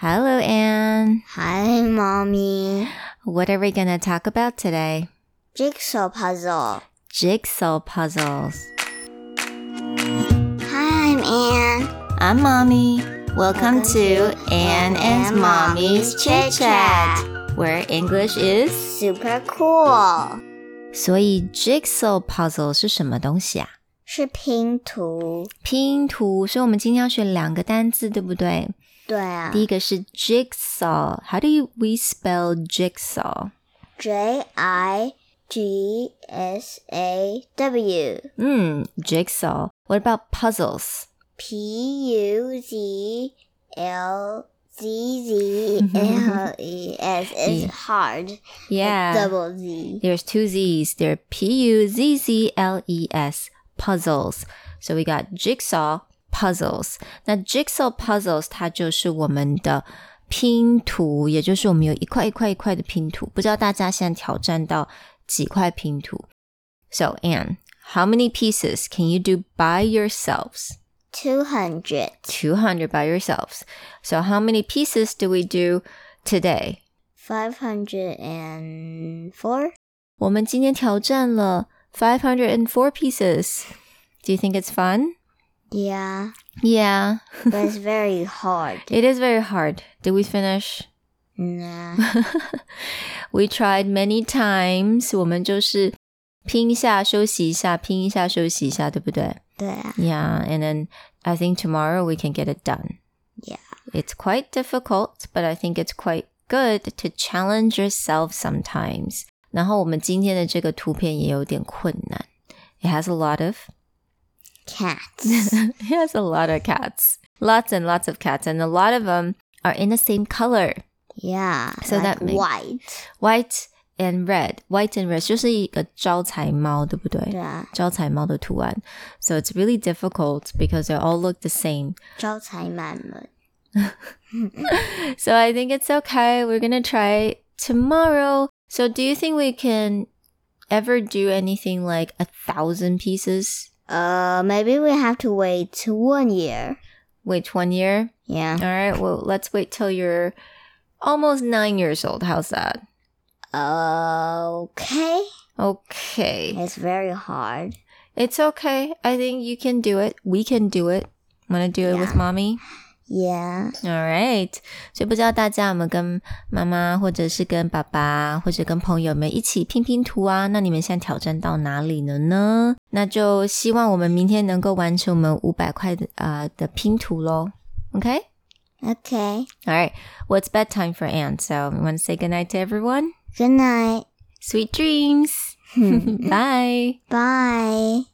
Hello, Anne. Hi, mommy. What are we going to talk about today? Jigsaw puzzle. Jigsaw puzzles. Hi, I'm Anne. I'm Mommy. Welcome, to Anne Anne and Mommy's Chit Chat, where English is. Super cool. 所以 jigsaw puzzle 是什么东西啊？是拼图。拼图。所以我们今天要学两个单字，对不对？对啊第一个是 jigsaw。How do you, we spell jigsaw？ ，J I G S A W 嗯，jigsaw。What about puzzles？ P U Z L Z Z L E S. Yeah. It's hard. Yeah. Double Z. There's two Z's. They're P U Z Z L E S puzzles. So we got jigsaw puzzles. 那 jigsaw puzzles 它就是我们的拼图，也就是我们有一块一块一块的拼图。不知道大家现在挑战到几块拼图？So Anne, how many pieces can you do by yourselves? Two hundred. 200 by yourselves. So how many pieces do we do today? Five hundred and four. 我们今天挑战了 five hundred and four pieces. Do you think it's fun? Yeah, Yeah, but it's very hard. it is very hard. Did we finish? Nah. We tried many times. 我们就是拼一下，休息一下，拼一下，休息一下，对不对对啊， ？Yeah, and then I think tomorrow we can get it done. Yeah. It's quite difficult, but I think it's quite good to challenge yourself sometimes. 然后我们今天的这个图片也有点困难。It has a lot of Cats. he has a lot of cats. Lots and lots of cats, and a lot of them are in the same color yeah. So like that make- white. white and red. White and red 就是一个招财猫，对不对？对啊，招财猫的图案. So it's really difficult because they all look the same. 招财满门. So I think it's okay. We're gonna try tomorrow. So do you think we can ever do anything like a thousand pieces? Uh, maybe we have to wait one year. Wait one year? Yeah. All right, well, let's wait till you're almost nine years old. How's that? Okay. Okay. It's very hard. It's okay. I think you can do it. We can do it. Want to do it with Yeah. mommy? Yeah. All right. 所以不知道大家有没有跟妈妈，或者是跟爸爸，或者跟朋友们一起拼拼图啊？那你们现在挑战到哪里了呢？那就希望我们明天能够完成我们五百块的啊、呃的拼图喽。Okay. Okay. All right. Well, it's bedtime for Anne, so we want to say goodnight to everyone. Good night. Sweet dreams. Bye. Bye.